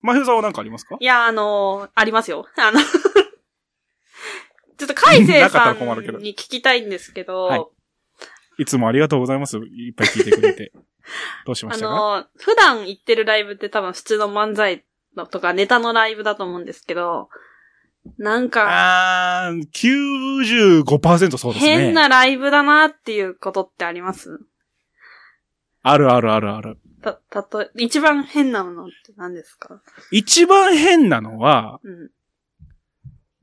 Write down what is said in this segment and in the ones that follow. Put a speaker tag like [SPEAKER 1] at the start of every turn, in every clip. [SPEAKER 1] まひろさんは何かありますか
[SPEAKER 2] いや、あのーありますよ。 あの、ちょっと海星
[SPEAKER 1] なか
[SPEAKER 2] さ
[SPEAKER 1] ったら困るけど
[SPEAKER 2] んに聞きたいんですけど、
[SPEAKER 1] はいいつもありがとうございます。いっぱい聞いてくれて。どうしま
[SPEAKER 2] あ
[SPEAKER 1] したか
[SPEAKER 2] のー普段行ってるライブって多分普通の漫才のとかネタのライブだと思うんですけど、なんか、
[SPEAKER 1] あー、95%そうですね。
[SPEAKER 2] 変なライブだなっていうことってあります
[SPEAKER 1] あるあるあるある。
[SPEAKER 2] た、たとえ、一番変なのって何ですか
[SPEAKER 1] 一番変なのは、
[SPEAKER 2] うん。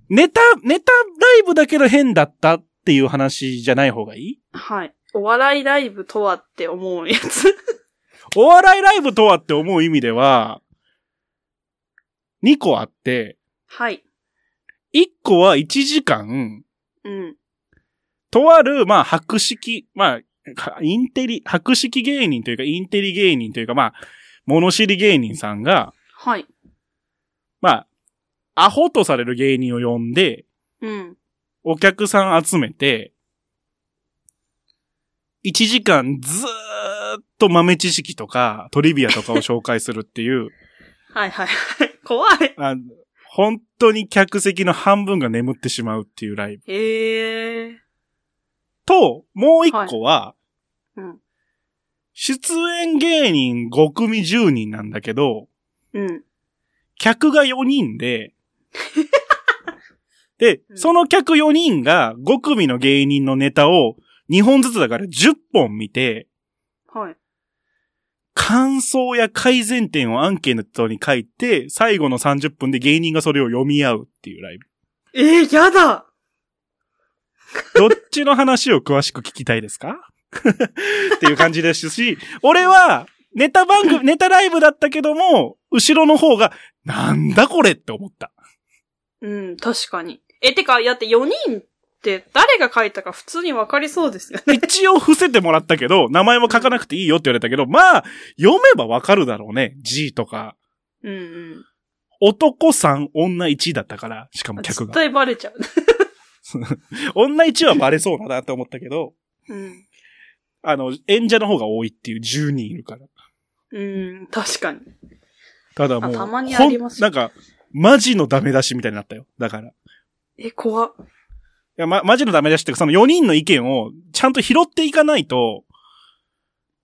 [SPEAKER 1] ネタ、ネタライブだけど変だったっていう話じゃない方がいい
[SPEAKER 2] はい。お笑いライブとはって思うやつ。
[SPEAKER 1] お笑いライブとはって思う意味では、2個あって、
[SPEAKER 2] はい。
[SPEAKER 1] 1個は1時間、
[SPEAKER 2] うん。
[SPEAKER 1] とある、まあ、白色、まあ、インテリ、白色芸人というか、インテリ芸人というか、まあ、物知り芸人さんが、
[SPEAKER 2] はい。
[SPEAKER 1] まあ、アホとされる芸人を呼んで、
[SPEAKER 2] うん。
[SPEAKER 1] お客さん集めて、1時間ずーっと豆知識とか、トリビアとかを紹介するっていう、
[SPEAKER 2] はいはいはい。怖い。
[SPEAKER 1] あ本当に客席の半分が眠ってしまうっていうライブ。
[SPEAKER 2] ええー。
[SPEAKER 1] と、もう一個は、
[SPEAKER 2] うん。
[SPEAKER 1] 出演芸人5組10人なんだけど、
[SPEAKER 2] うん。
[SPEAKER 1] 客が4人で、 で、
[SPEAKER 2] うん
[SPEAKER 1] その客4人が5組の芸人のネタを2本ずつだから10本見て、
[SPEAKER 2] はい。
[SPEAKER 1] 感想や改善点をアンケートに書いて、最後の30分で芸人がそれを読み合うっていうライブ。
[SPEAKER 2] ええー、やだ
[SPEAKER 1] どっちの話を詳しく聞きたいですか っていう感じですし、俺は、ネタ番組、ネタライブだったけども、後ろの方が、なんだこれって思った。
[SPEAKER 2] うん、確かに。え、てか、やって4人って誰が書いたか普通にわかりそうですよね。
[SPEAKER 1] 一応伏せてもらったけど、名前も書かなくていいよって言われたけど、まあ、読めばわかるだろうね。G とか。
[SPEAKER 2] うんうん。
[SPEAKER 1] 男3、女1だったから、しかも客
[SPEAKER 2] 絶
[SPEAKER 1] が。
[SPEAKER 2] 対バレちゃう。
[SPEAKER 1] 女1はバレそうだなって思ったけど、
[SPEAKER 2] うん。
[SPEAKER 1] あの、演者の方が多いっていう10人いるから。
[SPEAKER 2] うん、確かに。
[SPEAKER 1] ただもう、
[SPEAKER 2] あたまにあります
[SPEAKER 1] ほんなんか、マジのダメ出しみたいになったよ。だから。い
[SPEAKER 2] え、怖っ
[SPEAKER 1] や、ま、マジのダメ出しっていうか、その4人の意見をちゃんと拾っていかないと、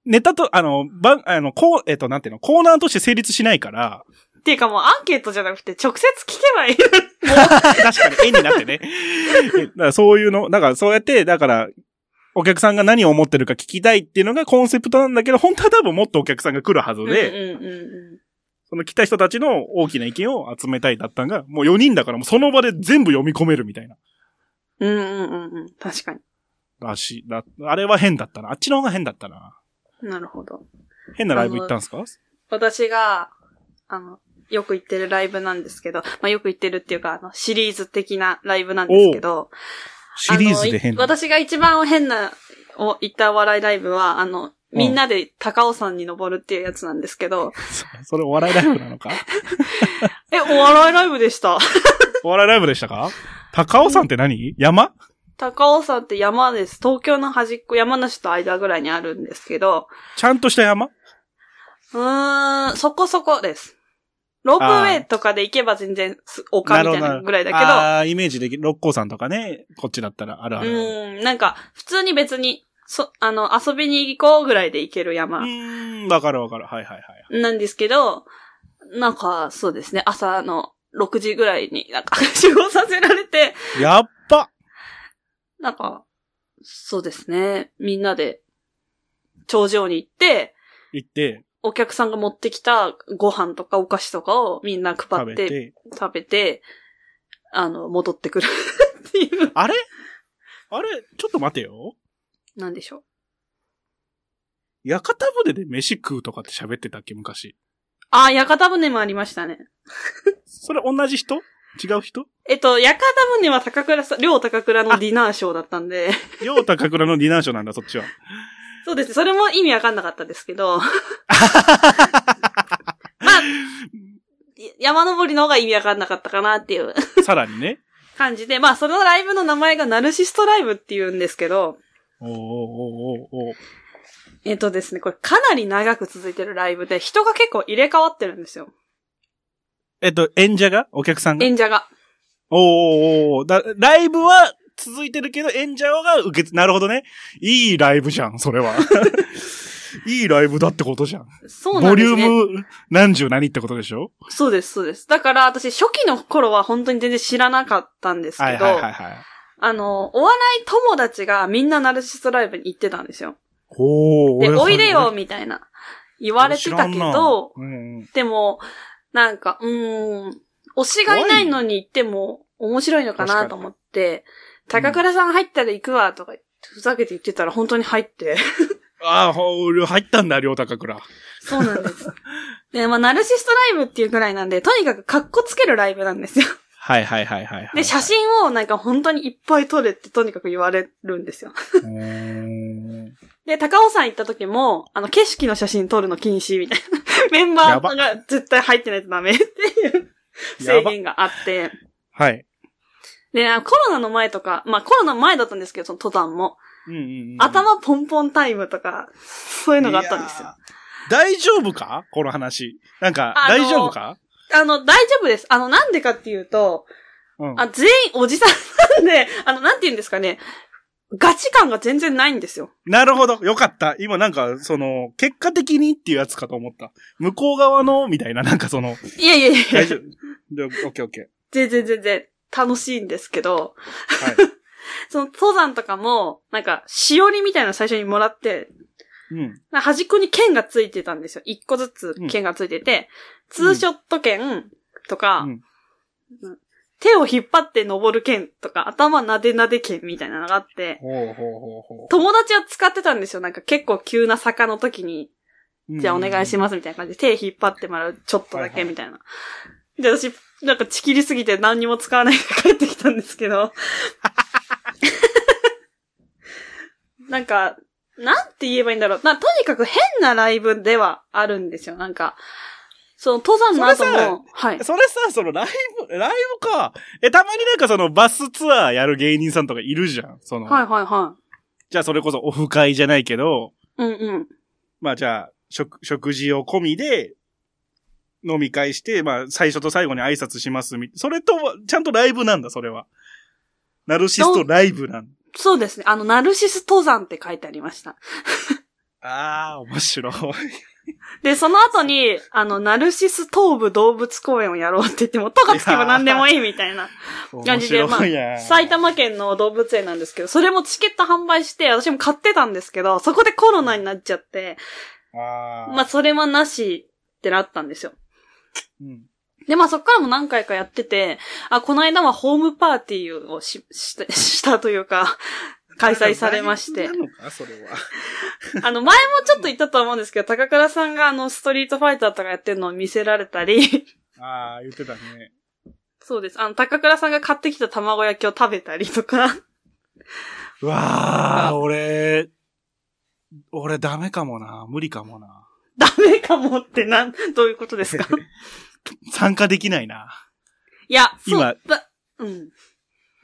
[SPEAKER 1] ネタと、あの、ばん、あの、こう、えっと、なんていうの、コーナーとして成立しないから、
[SPEAKER 2] ていうかもうアンケートじゃなくて直接聞けばいい。
[SPEAKER 1] 確かに絵になってね。えだからそういうの、だからそうやって、だから、お客さんが何を思ってるか聞きたいっていうのがコンセプトなんだけど、本当は多分もっとお客さんが来るはずで、
[SPEAKER 2] うんうんうんう
[SPEAKER 1] その来た人たちの大きな意見を集めたいだったんが、もう4人だからもうその場で全部読み込めるみたいな。
[SPEAKER 2] ん。うんうんうんうん。確かに。
[SPEAKER 1] らしい。だあれは変だったな。あっちの方が変だったな。
[SPEAKER 2] なるほど。
[SPEAKER 1] 変なライブ行ったんすか
[SPEAKER 2] 私が、あの、よく行ってるライブなんですけど、まあ、よく行ってるっていうか、あの、シリーズ的なライブなんですけど、
[SPEAKER 1] シリーズで変
[SPEAKER 2] あ
[SPEAKER 1] な
[SPEAKER 2] のい。私が一番変な、を行ったお笑いライブは、あの、みんなで高尾山に登るっていうやつなんですけど、
[SPEAKER 1] それお笑いライブなのか
[SPEAKER 2] え、お笑いライブでした。
[SPEAKER 1] お笑いライブでしたか高尾山って何山
[SPEAKER 2] 高尾山って山です。東京の端っこ、山梨と間ぐらいにあるんですけど、
[SPEAKER 1] ちゃんとした山
[SPEAKER 2] うーん、そこそこです。ロープウェイとかで行けば全然す、丘みたいなぐらいだけど、
[SPEAKER 1] あーイメージできる。六甲山とかね、こっちだったらあるあ
[SPEAKER 2] う
[SPEAKER 1] る。
[SPEAKER 2] ん、なんか、普通に別に、そ、あの、遊びに行こうぐらいで行ける
[SPEAKER 1] う
[SPEAKER 2] 山
[SPEAKER 1] ーん、わかるわかる。はいはいはい。
[SPEAKER 2] なんですけど、なんか、そうですね、朝の6時ぐらいになんか集合させられて、
[SPEAKER 1] やっぱ
[SPEAKER 2] なんか、そうですね、みんなで、頂上に行って、
[SPEAKER 1] 行って、
[SPEAKER 2] お客さんが持ってきたご飯とかお菓子とかをみんな
[SPEAKER 1] 食
[SPEAKER 2] 配
[SPEAKER 1] べ。
[SPEAKER 2] ってて、食べて、あの、戻ってくる っていう、
[SPEAKER 1] あれあれちょっと待てよ。
[SPEAKER 2] なんでしょう。
[SPEAKER 1] 屋形船で飯食うとかって喋ってたっけ昔。
[SPEAKER 2] あー、屋形船もありましたね。
[SPEAKER 1] それ同じ人違う人
[SPEAKER 2] えっと、屋形船は高倉さん、両高倉のディナーショーだったんで、
[SPEAKER 1] 陽高倉のディナーショーなんだ、そっちは。
[SPEAKER 2] そうですね、それも意味わかんなかったです けど、まあ、い山登りの方が意味わかんなかったかなっていう
[SPEAKER 1] さらにね。
[SPEAKER 2] 感じで、まあ、そのライブの名前がナルシストライブっていうんですけど、
[SPEAKER 1] おーおーおーおー
[SPEAKER 2] えっとですね、これかなり長く続いてるライブで、人が結構入れ替わってるんですよ。
[SPEAKER 1] えっと、演者がお客さんが
[SPEAKER 2] 演者が。
[SPEAKER 1] おーおーおーだライブは続いてるけど、演者が受けつ、なるほどね。いいライブじゃん、それ は。いいライブだってことじゃん。
[SPEAKER 2] そうな
[SPEAKER 1] ボ
[SPEAKER 2] ん
[SPEAKER 1] リ
[SPEAKER 2] で
[SPEAKER 1] ュ
[SPEAKER 2] すね。
[SPEAKER 1] ーム何十何ってことでしょ
[SPEAKER 2] そうです、そうです。だから私、初期の頃は本当に全然知らなかったんです
[SPEAKER 1] は
[SPEAKER 2] け
[SPEAKER 1] い
[SPEAKER 2] ど、
[SPEAKER 1] はいはいはい。
[SPEAKER 2] あの、お笑い友達がみんなナルシストライブに行ってたんですよ。
[SPEAKER 1] おー
[SPEAKER 2] で、
[SPEAKER 1] 俺
[SPEAKER 2] おいでよ、みたいな、言われてたけど、
[SPEAKER 1] 知らんなうんうん
[SPEAKER 2] でも、なんか、うーん、推しがいないのに行っても面白いのかなと思って、
[SPEAKER 1] 確かに
[SPEAKER 2] 高倉さん入ったら行くわとか、ふざけて言ってたら本当に入って。
[SPEAKER 1] ああ、ほ俺入ったんだ、両高倉。
[SPEAKER 2] そうなんです。で、まあ、ナルシストライブっていうくらいなんで、とにかく格好つけるライブなんですよ。
[SPEAKER 1] はいはいはいはい、はい。
[SPEAKER 2] で、写真をなんか本当にいっぱい撮れってとにかく言われるんですよ。
[SPEAKER 1] うーん
[SPEAKER 2] で、高尾山行った時も、あの、景色の写真撮るの禁止みたいな。 メンバ
[SPEAKER 1] やば
[SPEAKER 2] ーが絶対入ってないとダメって いう制限があって。
[SPEAKER 1] はい。
[SPEAKER 2] で、あコロナの前とか、まあコロナ前だったんですけど、その登山も。
[SPEAKER 1] うんうんうん
[SPEAKER 2] 頭ポンポンタイムとか、そういうのがあったんです
[SPEAKER 1] い
[SPEAKER 2] よ
[SPEAKER 1] や。ー。大丈夫かこの話。なんか、
[SPEAKER 2] あのー
[SPEAKER 1] 大丈夫か
[SPEAKER 2] あの、大丈夫です。あの、なんでかっていうと、
[SPEAKER 1] うん。
[SPEAKER 2] あ、全員おじさんなんで、 あの、なんて言うんですかね、ガチ感が全然ないんですよ。
[SPEAKER 1] なるほど。よかった。今なんか、その、結果的にっていうやつかと思った。向こう側の、みたいな、なんかそ の、
[SPEAKER 2] いやいやいや
[SPEAKER 1] 大丈夫。でオッケーオッケ
[SPEAKER 2] 全然全然楽しいんですけど、
[SPEAKER 1] ー。はい。
[SPEAKER 2] その登山とかも、なんか、しおりみたいなの最初にもらって、
[SPEAKER 1] うん。
[SPEAKER 2] なんか端っこに剣がついてたんですよ。一個ずつ剣がついてて、ツーショット剣とか、
[SPEAKER 1] うん
[SPEAKER 2] 手を引っ張って登る剣とか、頭なでなで剣みたいなのがあって、
[SPEAKER 1] ほうほうほうほ
[SPEAKER 2] 友達は使ってたんですよ。なんか結構急な坂の時に、
[SPEAKER 1] う。
[SPEAKER 2] じゃあお願いし
[SPEAKER 1] ま
[SPEAKER 2] ますみたいな感じで手引っ張ってもらう、ちょっとだ
[SPEAKER 1] はいは
[SPEAKER 2] け
[SPEAKER 1] い
[SPEAKER 2] みたいな。で、私、なんかちきりすぎて何にも使わないで帰ってきたんですけど。 なんか、なんて言えばいいんだろう。な、とにかく変なライブではあるんですよ。なんか、その登山の後
[SPEAKER 1] それさ
[SPEAKER 2] も、はい。
[SPEAKER 1] それさ、そのライブ、ライブか。え、たまになんかそのバスツアーやる芸人さんとかいるじゃん。その、
[SPEAKER 2] はいはいは
[SPEAKER 1] じゃあそれこそオフ会じゃないけど、
[SPEAKER 2] い。うんうん。
[SPEAKER 1] まあじゃあ、食、食事を込みで、飲み会して、まあ最初と最後に挨拶しますみ。それとは、ちゃんとライブなんだ、それは。ナルシストライブなんだ。
[SPEAKER 2] そうですね。あの、ナルシス登山って書いてありました。
[SPEAKER 1] ああ、面白い。
[SPEAKER 2] で、その後に、あの、ナルシス東部動物公園をやろうって言っても、とかつけば何でもいいみたいな。
[SPEAKER 1] 面
[SPEAKER 2] 感じで、ま
[SPEAKER 1] 白い
[SPEAKER 2] あ、
[SPEAKER 1] や
[SPEAKER 2] 埼玉県の動物園なんですけど、それもチケット販売して、私も買ってたんですけど、そこでコロナになっちゃって、
[SPEAKER 1] あー
[SPEAKER 2] まあ、それはなしってなったんですよ。
[SPEAKER 1] うん
[SPEAKER 2] で、まあ、そっからも何回かやってて、あ、この間はホームパーティーをし、して、 したというか、開催されまして
[SPEAKER 1] ライ。ブなのかそれは。
[SPEAKER 2] あの、前もちょっと言ったと思うんですけど、高倉さんがあの、ストリートファイターとかやってるのを見せられたり、
[SPEAKER 1] ああ、言ってたね。
[SPEAKER 2] そうです。あの、高倉さんが買ってきた卵焼きを食べたりとか、
[SPEAKER 1] うわあ、俺、俺ダメかもな。無理かもな。
[SPEAKER 2] ダメかもってなん、どういうことですか
[SPEAKER 1] 参加できないな。
[SPEAKER 2] いや、そう
[SPEAKER 1] 今
[SPEAKER 2] だ、うん。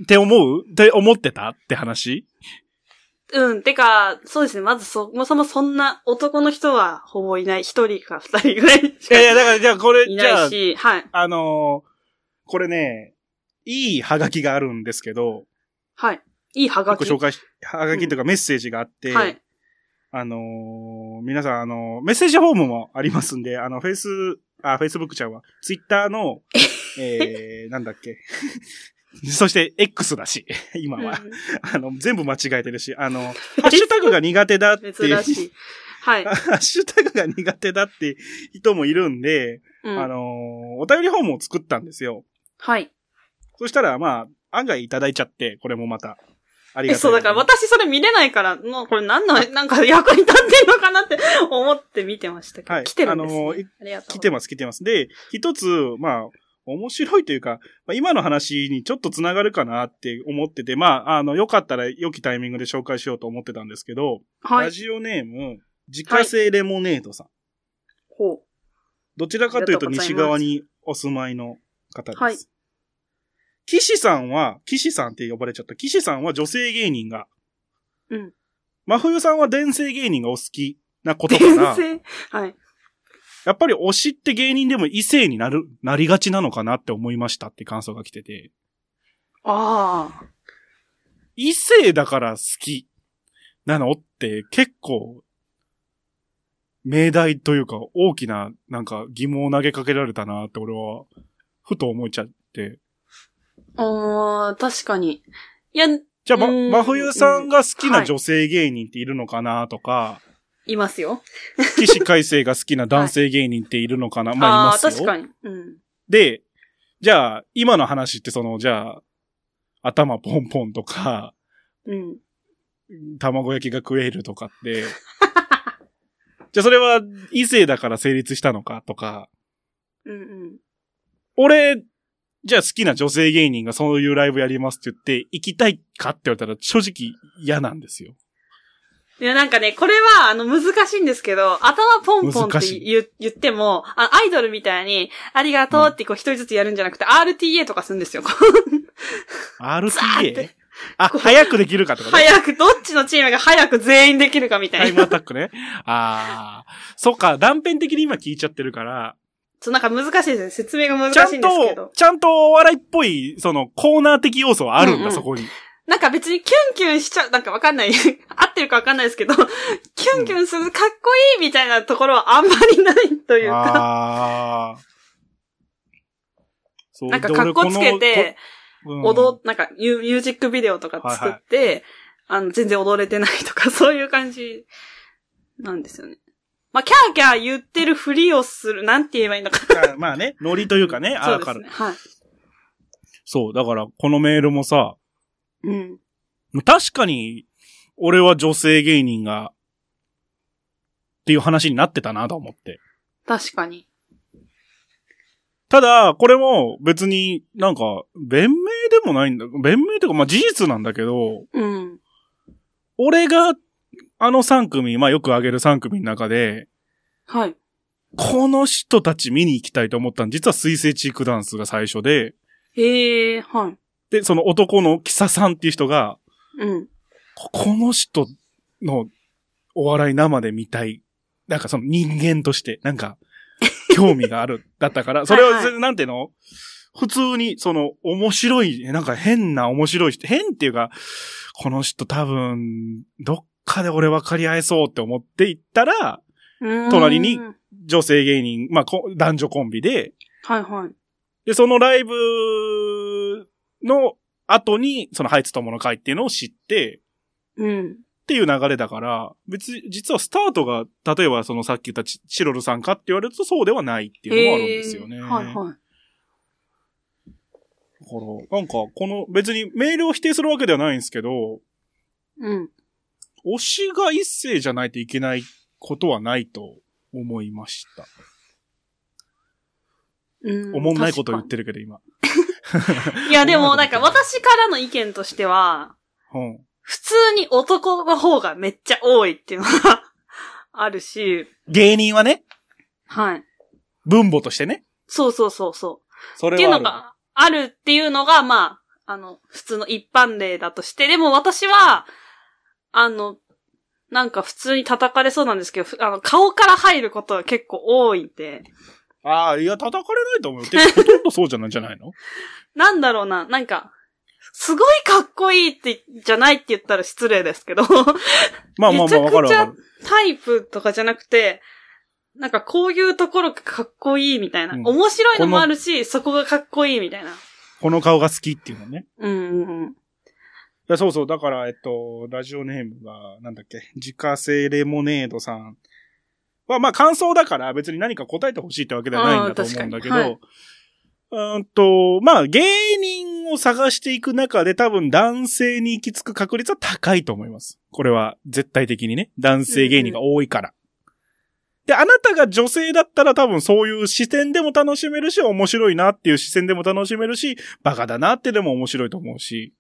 [SPEAKER 1] って思うって思ってたって話
[SPEAKER 2] うん、てか、そうですね。まずそ、もそもそんな男の人はほぼいない。一人か二人ぐらいし
[SPEAKER 1] い
[SPEAKER 2] か
[SPEAKER 1] やいや、だからじゃあこれ、
[SPEAKER 2] い
[SPEAKER 1] じゃ
[SPEAKER 2] な
[SPEAKER 1] あ
[SPEAKER 2] い、し、はい。
[SPEAKER 1] あのーこれね、いいハガキがあるんですけど、
[SPEAKER 2] はい。いいハガ
[SPEAKER 1] ご
[SPEAKER 2] キ。
[SPEAKER 1] 紹介し、ハガキというかメッセージがあって、
[SPEAKER 2] はい。
[SPEAKER 1] あのー皆さん、あのーメッセージフォームもありますんで、あの、フェイス、あ、フェイスブックちゃんは、ツイッターの、えー、なんだっけ。 そして、X だし、 今は。
[SPEAKER 2] う
[SPEAKER 1] あの、全部間違えてるし、あの、ハッシュタグが苦手だって
[SPEAKER 2] ん、珍しい。は い。
[SPEAKER 1] ハッシュタグが苦手だって人もいるんで、
[SPEAKER 2] う
[SPEAKER 1] あ
[SPEAKER 2] ん。
[SPEAKER 1] のーお便りフォームを作ったんですよ。
[SPEAKER 2] はい。
[SPEAKER 1] そしたら、まあ、案外いただいちゃって、これもまた。ありが
[SPEAKER 2] え、
[SPEAKER 1] とう。
[SPEAKER 2] そう、だから私それ見れないから、もうこれ何の、なんか役に立ってんのかなって 思って見てましたけど。
[SPEAKER 1] はい
[SPEAKER 2] 来てるんです、
[SPEAKER 1] あのーい
[SPEAKER 2] ありがとう。
[SPEAKER 1] 来てます、来てます。で、一つ、まあ、面白いというか、まあ、今の話にちょっとつながるかなって思ってて、まあ、あの、よかったら良きタイミングで紹介しようと思ってたんですけど、
[SPEAKER 2] は
[SPEAKER 1] ラ
[SPEAKER 2] い。
[SPEAKER 1] ジオネーム、自家製レモネードさん。
[SPEAKER 2] ほ
[SPEAKER 1] どちらかというと
[SPEAKER 2] ありがとうございます
[SPEAKER 1] 西側にお住まいの方です。
[SPEAKER 2] はい
[SPEAKER 1] 岸さんは、岸さんって呼ばれちゃった。岸さんは女性芸人が。
[SPEAKER 2] うん。
[SPEAKER 1] 真冬さんは男性芸人がお好きなこ
[SPEAKER 2] う。
[SPEAKER 1] とから。
[SPEAKER 2] 全然。はい。
[SPEAKER 1] やっぱり推しって芸人でも異性になる、なりがちなのかなって思いましたって感想が来てて。
[SPEAKER 2] ああ。
[SPEAKER 1] 異性だから好きなのって結構、命題というか大きななんか疑問を投げかけられたなって俺は、ふと思っちゃって。
[SPEAKER 2] ああ、確かに。いや、
[SPEAKER 1] じゃあ、ま、
[SPEAKER 2] うん
[SPEAKER 1] 真冬さんが好き
[SPEAKER 2] は
[SPEAKER 1] ない女性芸人っているのかなとか、
[SPEAKER 2] いますよ。
[SPEAKER 1] 騎士海星が好きな男性芸人っているのかな、まあ、います
[SPEAKER 2] あ
[SPEAKER 1] よ。
[SPEAKER 2] あ、確かに。うん。
[SPEAKER 1] で、じゃあ、今の話ってその、じゃあ、頭ポンポンとか、
[SPEAKER 2] うん。
[SPEAKER 1] 卵焼きが食えるとか って、じゃあそれは異性だから成立したのかとか、
[SPEAKER 2] うんうん。
[SPEAKER 1] 俺、じゃあ好きな女性芸人がそういうライブやりますって言って、行きたいかって言われたら正直嫌なんですよ。
[SPEAKER 2] いや、なんかね、これは、あの、難しいんですけど、頭ポンポンっ
[SPEAKER 1] 難
[SPEAKER 2] て
[SPEAKER 1] しい
[SPEAKER 2] 言う言っても、あアイドルみたいに、ありがとうってこう一人ずつやるんじゃなくて、RTA とかするんですよ。こうーっ
[SPEAKER 1] RTA?
[SPEAKER 2] て
[SPEAKER 1] あ、早くできるかとかね。
[SPEAKER 2] 早く、どっちのチームが早く全員できるかみた
[SPEAKER 1] タイ
[SPEAKER 2] い
[SPEAKER 1] ム
[SPEAKER 2] な
[SPEAKER 1] ア。タックね。ああ。そっか、断片的に今聞いちゃってるから、
[SPEAKER 2] そう、なんか難しいですね。説明が難
[SPEAKER 1] ちゃ
[SPEAKER 2] しい
[SPEAKER 1] ん
[SPEAKER 2] んですけど
[SPEAKER 1] と、。ちゃんとお笑いっぽい、その、コーナー的要素はあるんだ、
[SPEAKER 2] うんうん
[SPEAKER 1] そこに。
[SPEAKER 2] なんか別にキュンキュンしちゃう、なんかわかんない。合ってるかわかんないですけど、キュンキュンする、かっこいいみたいなところはあんまりないというか。
[SPEAKER 1] ああ。そう
[SPEAKER 2] なんか格好つけて、、踊、なんかミュミュージックビデオとか作って、あの、全然踊れてないとか、 そういう感じなんですよね。まあ、キャーキャー言ってるふりをする、なんて言えばいいのか。
[SPEAKER 1] て、まあね、ノリというかね、あ
[SPEAKER 2] そう
[SPEAKER 1] あ
[SPEAKER 2] で
[SPEAKER 1] か
[SPEAKER 2] す
[SPEAKER 1] る
[SPEAKER 2] ね。。はい。
[SPEAKER 1] そう、だから、このメールもさ、
[SPEAKER 2] うん。
[SPEAKER 1] 確かに、俺は女性芸人が、っていう話になってたなと思って。
[SPEAKER 2] 確かに。
[SPEAKER 1] ただ、これも別になんか、弁明でもないんだ。弁明というか、まあ事実なんだけど、
[SPEAKER 2] うん。
[SPEAKER 1] 俺が、あの3組、まあよく挙げる3組の中で、
[SPEAKER 2] はい。
[SPEAKER 1] この人たち見に行きたいと思ったの、実は水星チークダンスが最初で、
[SPEAKER 2] へえ、はい。
[SPEAKER 1] で、その男のキサさんっていう人が、
[SPEAKER 2] うん。
[SPEAKER 1] ここの人のお笑い生で見たい。なんかその人間として、なんか、興味がある、だった から、それ
[SPEAKER 2] はい
[SPEAKER 1] は、
[SPEAKER 2] は
[SPEAKER 1] なんていうの普通に、その、面白い、なんか変な面白い人、変っていうか、この人多分、どっかで俺分かり合えそうって思って行ったら、
[SPEAKER 2] うーん
[SPEAKER 1] 隣に女性芸人、まあ、こ男女コンビで、
[SPEAKER 2] はいはい。
[SPEAKER 1] で、そのライブの後に、そのハイツ友の会っていうのを知って、
[SPEAKER 2] うん。
[SPEAKER 1] っていう流れだから、別に、実はスタートが、例えばそのさっき言ったチチロルさんかって言われるとそうではないっていうのもあるんですよね。
[SPEAKER 2] へーはいはい。
[SPEAKER 1] だから、なんか、この、別にメールを否定するわけではないんですけど、
[SPEAKER 2] うん。
[SPEAKER 1] 推しが一世じゃないといけないことはないと思いました。
[SPEAKER 2] うん。
[SPEAKER 1] おもんないことを言っててるけど、今。
[SPEAKER 2] いや、でも、なんか私からの意見としては、
[SPEAKER 1] うん。
[SPEAKER 2] 普通に男の方がめっちゃ多いっていうのがあるし、
[SPEAKER 1] 芸人はね、
[SPEAKER 2] はい。
[SPEAKER 1] 分母としてね。
[SPEAKER 2] そうそうそうそ。
[SPEAKER 1] そう
[SPEAKER 2] っ
[SPEAKER 1] れ
[SPEAKER 2] ていう
[SPEAKER 1] はあ
[SPEAKER 2] の
[SPEAKER 1] る。
[SPEAKER 2] があるっていうのが、まあ、あの、普通の一般例だとして、でも私は、あの、なんか普通に叩かれそうなんですけど、ふあの、顔から入ることが結構多いんで、
[SPEAKER 1] ああ、いや、叩かれないと思うよ。てかほとんどそうじゃないんじゃないの
[SPEAKER 2] なんだろうな、なんか、すごいかっこいいって、じゃないって言ったら失礼ですけど、
[SPEAKER 1] まあまあまあ、わかるわかる。
[SPEAKER 2] タイプとかじゃなくて、なんかこういうところがかっこいいみたいな。
[SPEAKER 1] うん
[SPEAKER 2] 面白いの
[SPEAKER 1] こ
[SPEAKER 2] も
[SPEAKER 1] の
[SPEAKER 2] あるし、そこがかっこいいみたいな。
[SPEAKER 1] この顔が好きっていうのね。
[SPEAKER 2] うんうんうん。
[SPEAKER 1] いやそうそう。だから、えっと、ラジオネームが、なんだっけ、自家製レモネードさんは、まあ感想だから別に何か答えてほしいってわけではないんだと思うんだけど、
[SPEAKER 2] あー確
[SPEAKER 1] うーんと、まあ芸人を探していく中で多分男性に行き着く確率は高いと思います。これは絶対的にね。男性芸人が多いから。で、あなたが女性だったら多分そういう視点でも楽しめるし、面白いなっていう視線でも楽しめるし、バカだなってでも面白いと思うし。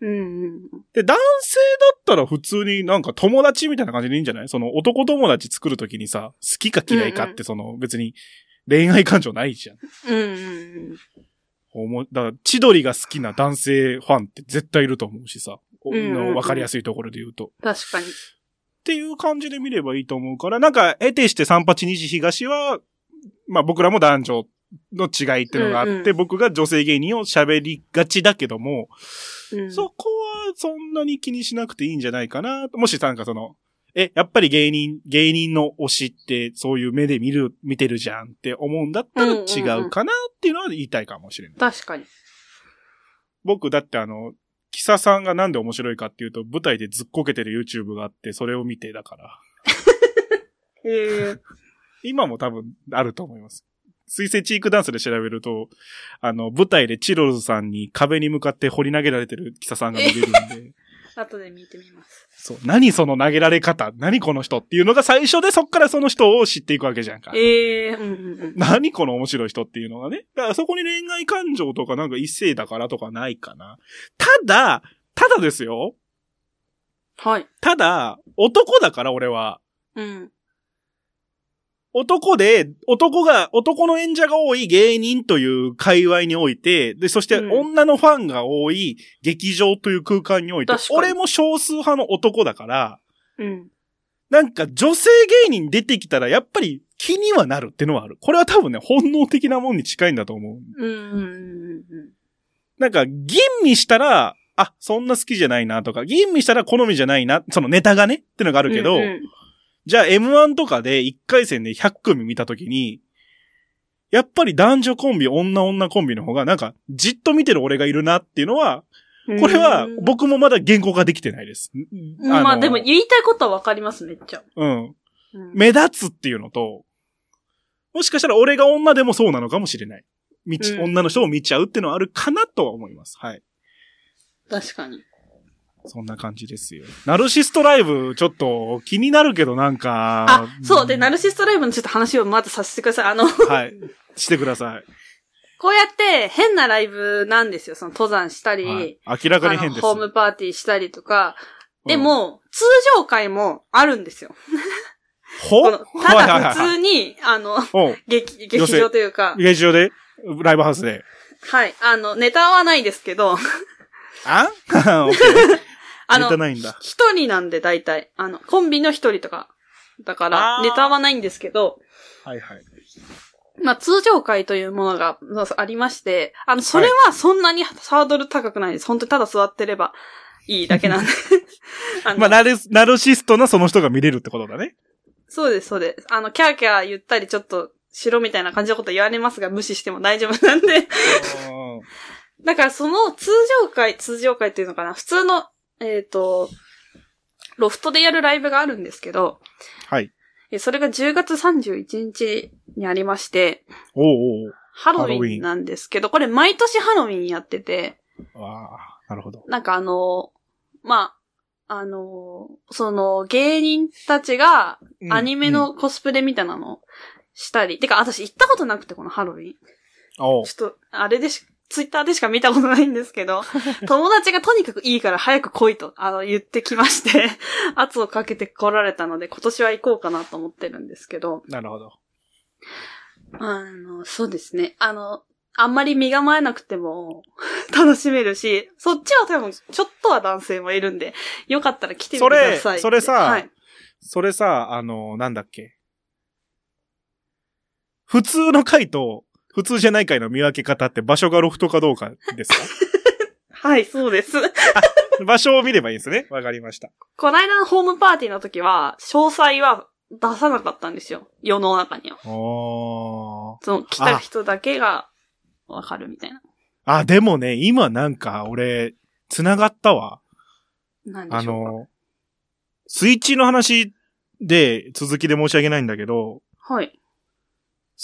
[SPEAKER 2] うんうんうん。
[SPEAKER 1] で、男性だったら普通になんか友達みたいな感じでいいんじゃないその男友達作るときにさ、好きか嫌いか
[SPEAKER 2] う
[SPEAKER 1] っ
[SPEAKER 2] ん
[SPEAKER 1] てその別に恋愛感情ないじゃん。
[SPEAKER 2] うんうんうん。
[SPEAKER 1] おもだから、千鳥が好きな男性ファンって絶対いると思うしさ。お
[SPEAKER 2] うんうんうん
[SPEAKER 1] のわかりやすいところで言うと。っ
[SPEAKER 2] 確かに。
[SPEAKER 1] ていう感じで見ればいいと思うから、なんか、得てして三八二時東は、まあ僕らも男女の違いっていうのがあって、
[SPEAKER 2] うんうん
[SPEAKER 1] 僕が女性芸人を喋りがちだけども、
[SPEAKER 2] うん
[SPEAKER 1] そこはそんなに気にしなくていいんじゃないかな。もしなんかその、え、やっぱり芸人、芸人の推しってそういう目で見る、見てるじゃんって思うんだったら
[SPEAKER 2] うんうん
[SPEAKER 1] 違
[SPEAKER 2] うん
[SPEAKER 1] うかなっていうのは言いたいかもしれない。
[SPEAKER 2] 確かに。
[SPEAKER 1] 僕だってあの、キサさんがなんで面白いかっていうと、舞台でずっこけてる YouTube があって、それを見てだから。
[SPEAKER 2] ええ
[SPEAKER 1] 今も多分あると思います。水星チークダンスで調べると、あの、舞台でチロルさんに壁に向かって掘り投げられてるキサさんが見れるんで、
[SPEAKER 2] 後で見てみます。
[SPEAKER 1] そう、何その投げられ方何この人っていうのが最初でそっからその人を知っていくわけじゃんか。
[SPEAKER 2] ええうんうんうん。
[SPEAKER 1] 何この面白い人っていうのがね。だからそこに恋愛感情とかなんか一世だからとかないかな。ただ、ただですよ。
[SPEAKER 2] はい。
[SPEAKER 1] ただ、男だから俺は。
[SPEAKER 2] うん。
[SPEAKER 1] 男で、男が、男の演者が多い芸人という界隈において、で、そして
[SPEAKER 2] うん
[SPEAKER 1] 女のファンが多い劇場という空間において
[SPEAKER 2] 確か、に
[SPEAKER 1] 俺も少数派の男だから、
[SPEAKER 2] うん。
[SPEAKER 1] なんか女性芸人出てきたらやっぱり気にはなるってのはある。これは多分ね、本能的なもんに近いんだと思う。
[SPEAKER 2] うんうんうんうん。
[SPEAKER 1] なんか、吟味したら、あ、そんな好きじゃないなとか、吟味したら好みじゃないな、そのネタがね、ってのがあ
[SPEAKER 2] あ
[SPEAKER 1] るけど、
[SPEAKER 2] うんうん
[SPEAKER 1] じゃあ M1 とかで1回戦で100組見たときに、やっぱり男女コンビ、女女コンビの方が、なんか、じっと見てる俺がいるなっていうのは、これは
[SPEAKER 2] うん
[SPEAKER 1] 僕もまだ言語化できてないです。
[SPEAKER 2] うんまあでも言いたいことはわかります、めっちゃ。
[SPEAKER 1] うん。
[SPEAKER 2] うん
[SPEAKER 1] 目立つっていうのと、もしかしたら俺が女でもそうなのかもしれない。見ち
[SPEAKER 2] うん
[SPEAKER 1] 女の人を見ちゃうっていうのはあるかなとは思います。はい。
[SPEAKER 2] 確かに。
[SPEAKER 1] そんな感じですよ。ナルシストライブ、ちょっと気になるけどなんか。
[SPEAKER 2] あ、そう。で、ナ
[SPEAKER 1] る。
[SPEAKER 2] ルシストライブのちょっと話をまたさせてください。あの、
[SPEAKER 1] はい。してください。
[SPEAKER 2] こうやって変なライブなんですよ。その登山したり、
[SPEAKER 1] はい、明らかに
[SPEAKER 2] あ
[SPEAKER 1] 変
[SPEAKER 2] の
[SPEAKER 1] です。
[SPEAKER 2] ホームパーティーしたりとか。
[SPEAKER 1] うん
[SPEAKER 2] で、も、通常会もあるんですよ。
[SPEAKER 1] ほ
[SPEAKER 2] このただ普通に、あの、
[SPEAKER 1] お
[SPEAKER 2] 劇、
[SPEAKER 1] 寄
[SPEAKER 2] 劇
[SPEAKER 1] せ
[SPEAKER 2] 場というか、
[SPEAKER 1] 劇場でライブハウスで。
[SPEAKER 2] はい。あの、ネタはないですけど、
[SPEAKER 1] あ オッケー
[SPEAKER 2] あ
[SPEAKER 1] ネタ
[SPEAKER 2] の、
[SPEAKER 1] ないんだ。
[SPEAKER 2] 一人なんで大体、あの、コンビの一人とか。だから
[SPEAKER 1] あ、ー
[SPEAKER 2] ネタはないんですけど、
[SPEAKER 1] はいはい。
[SPEAKER 2] まあ、通常会というものがそうそうありまして、あの、それはそんなにハードル高くないです。本当にただ座ってればいいだけなんで。 あの
[SPEAKER 1] まあ、ナルスナルシストなその人が見れるってことだ ね。
[SPEAKER 2] そうです、そうです。あの、キャーキャー言ったりちょっと、しろみたいな感じのこと言われますが、無視しても大丈夫なんで。 だからその通常会、通常会っていうのかな、普通の、えっ、と、ロフトでやるライブがあるんですけど、
[SPEAKER 1] はい。
[SPEAKER 2] えそれが10月31日にありまして、
[SPEAKER 1] おうおう
[SPEAKER 2] ハロ
[SPEAKER 1] ハロ
[SPEAKER 2] ウ
[SPEAKER 1] ウィ
[SPEAKER 2] ィ
[SPEAKER 1] ン
[SPEAKER 2] ンなんですけど、これ毎年ハロウィンやってて、
[SPEAKER 1] おう。ああ、なるほど。
[SPEAKER 2] なんかあの、まあ、あの、その芸人たちがアニメのコスプレみたいなのをしたり。てか、私行ったことなくて、このハロウィン。
[SPEAKER 1] うん。おう
[SPEAKER 2] ちょっと、あれでし、ツイッターでしか見たことないんです けど、友達がとにかくいいから早く来いと、あの、言ってきまして、 圧をかけて来られたので、今年は行こうかなと思ってるんですけど、
[SPEAKER 1] なるほど。
[SPEAKER 2] あの、そうですね。あの、あんまり身構えなくても 楽しめるし、そっちは多分、ちょっとは男性もいるんで、よかったら来てみてくださいって。
[SPEAKER 1] それそれさ
[SPEAKER 2] はい。
[SPEAKER 1] それさ、あの、なんだっけ。普通の回と、普通じゃない回の見分け方って場所がロフトかどうかです か
[SPEAKER 2] はい、そうです。
[SPEAKER 1] 場所を見ればいいんですね。わかりました。
[SPEAKER 2] この間のホームパーティーの時は、詳細は出さなかったんですよ。世の中には。
[SPEAKER 1] おー。
[SPEAKER 2] その、来た人だけがわかるみたいな。
[SPEAKER 1] あ、でもね、今なんか俺、繋がったわ。
[SPEAKER 2] なんで
[SPEAKER 1] あ
[SPEAKER 2] しょうか。
[SPEAKER 1] の、スイッチの話で続きで申し訳ないんだけど、
[SPEAKER 2] はい。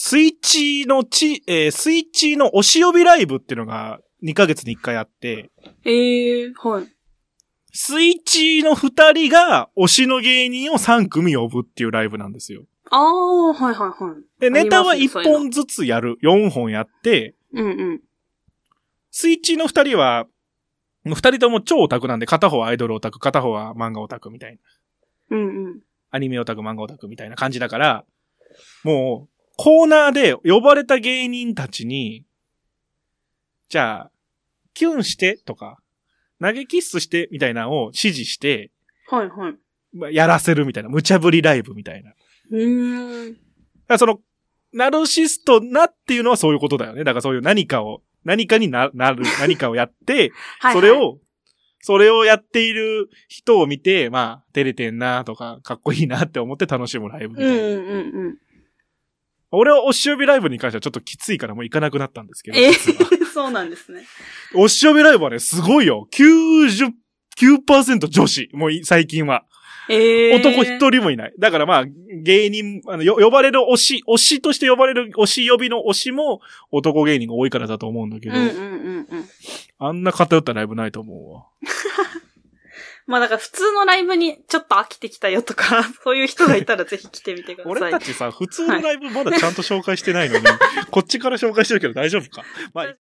[SPEAKER 1] スイッチのち、えースイッチのおし呼びライブっていうのが2ヶ月に1回あって、
[SPEAKER 2] ええはい。
[SPEAKER 1] スイッチの2人が推しの芸人を3組呼ぶっていうライブなんですよ。
[SPEAKER 2] ああ、はいはいはい。
[SPEAKER 1] で、ネタは
[SPEAKER 2] あります
[SPEAKER 1] 1
[SPEAKER 2] ねそういうの
[SPEAKER 1] 本ずつやる。4本やって、
[SPEAKER 2] うんうん。
[SPEAKER 1] スイッチの2人は、2人とも超オタクなんで、片方はアイドルオタク、片方は漫画オタクみたいな。
[SPEAKER 2] うんうん。
[SPEAKER 1] アニメオタク、漫画オタクみたいな感じだから、もう、コーナーで呼ばれた芸人たちに、じゃあ、キュンしてとか、投げキッスしてみたいなのを指示して、
[SPEAKER 2] はいはい。
[SPEAKER 1] まあやらせるみたいな、無茶ぶりライブみたいな。だか
[SPEAKER 2] うーん。
[SPEAKER 1] らその、ナルシストなっていうのはそういうことだよね。だからそういう何かを、何かにな なる、何かをやって、
[SPEAKER 2] はいはい
[SPEAKER 1] それ、を、それをやっている人を見て、まあ、照れてんなとか、かっこいいなって思って楽しむライブみ
[SPEAKER 2] う
[SPEAKER 1] た
[SPEAKER 2] ん
[SPEAKER 1] いな。
[SPEAKER 2] うんうんうん。
[SPEAKER 1] 俺はおしびライブに関してはちょっときついからもう行かなくなったんですけど。
[SPEAKER 2] えー そうなんですね。
[SPEAKER 1] おしびライブはね、すごいよ。99%女子。もうい最近は。
[SPEAKER 2] ええ
[SPEAKER 1] 男一人もいない。だからまあ、芸人、あの、よ呼ばれる推し、推しとして呼ばれる、推し呼びの推しも男芸人が多いからだと思うんだけど、
[SPEAKER 2] うんうんうんうん。
[SPEAKER 1] あんな偏ったライブないと思うわ。
[SPEAKER 2] まあだから普通のライブにちょっと飽きてきたよとか、 そういう人がいたらぜひ来てみてください。
[SPEAKER 1] 俺 たちさ、普通のライブまだちゃんと紹介してないのに、こっちから紹介してるけど大丈夫かまあ、いっ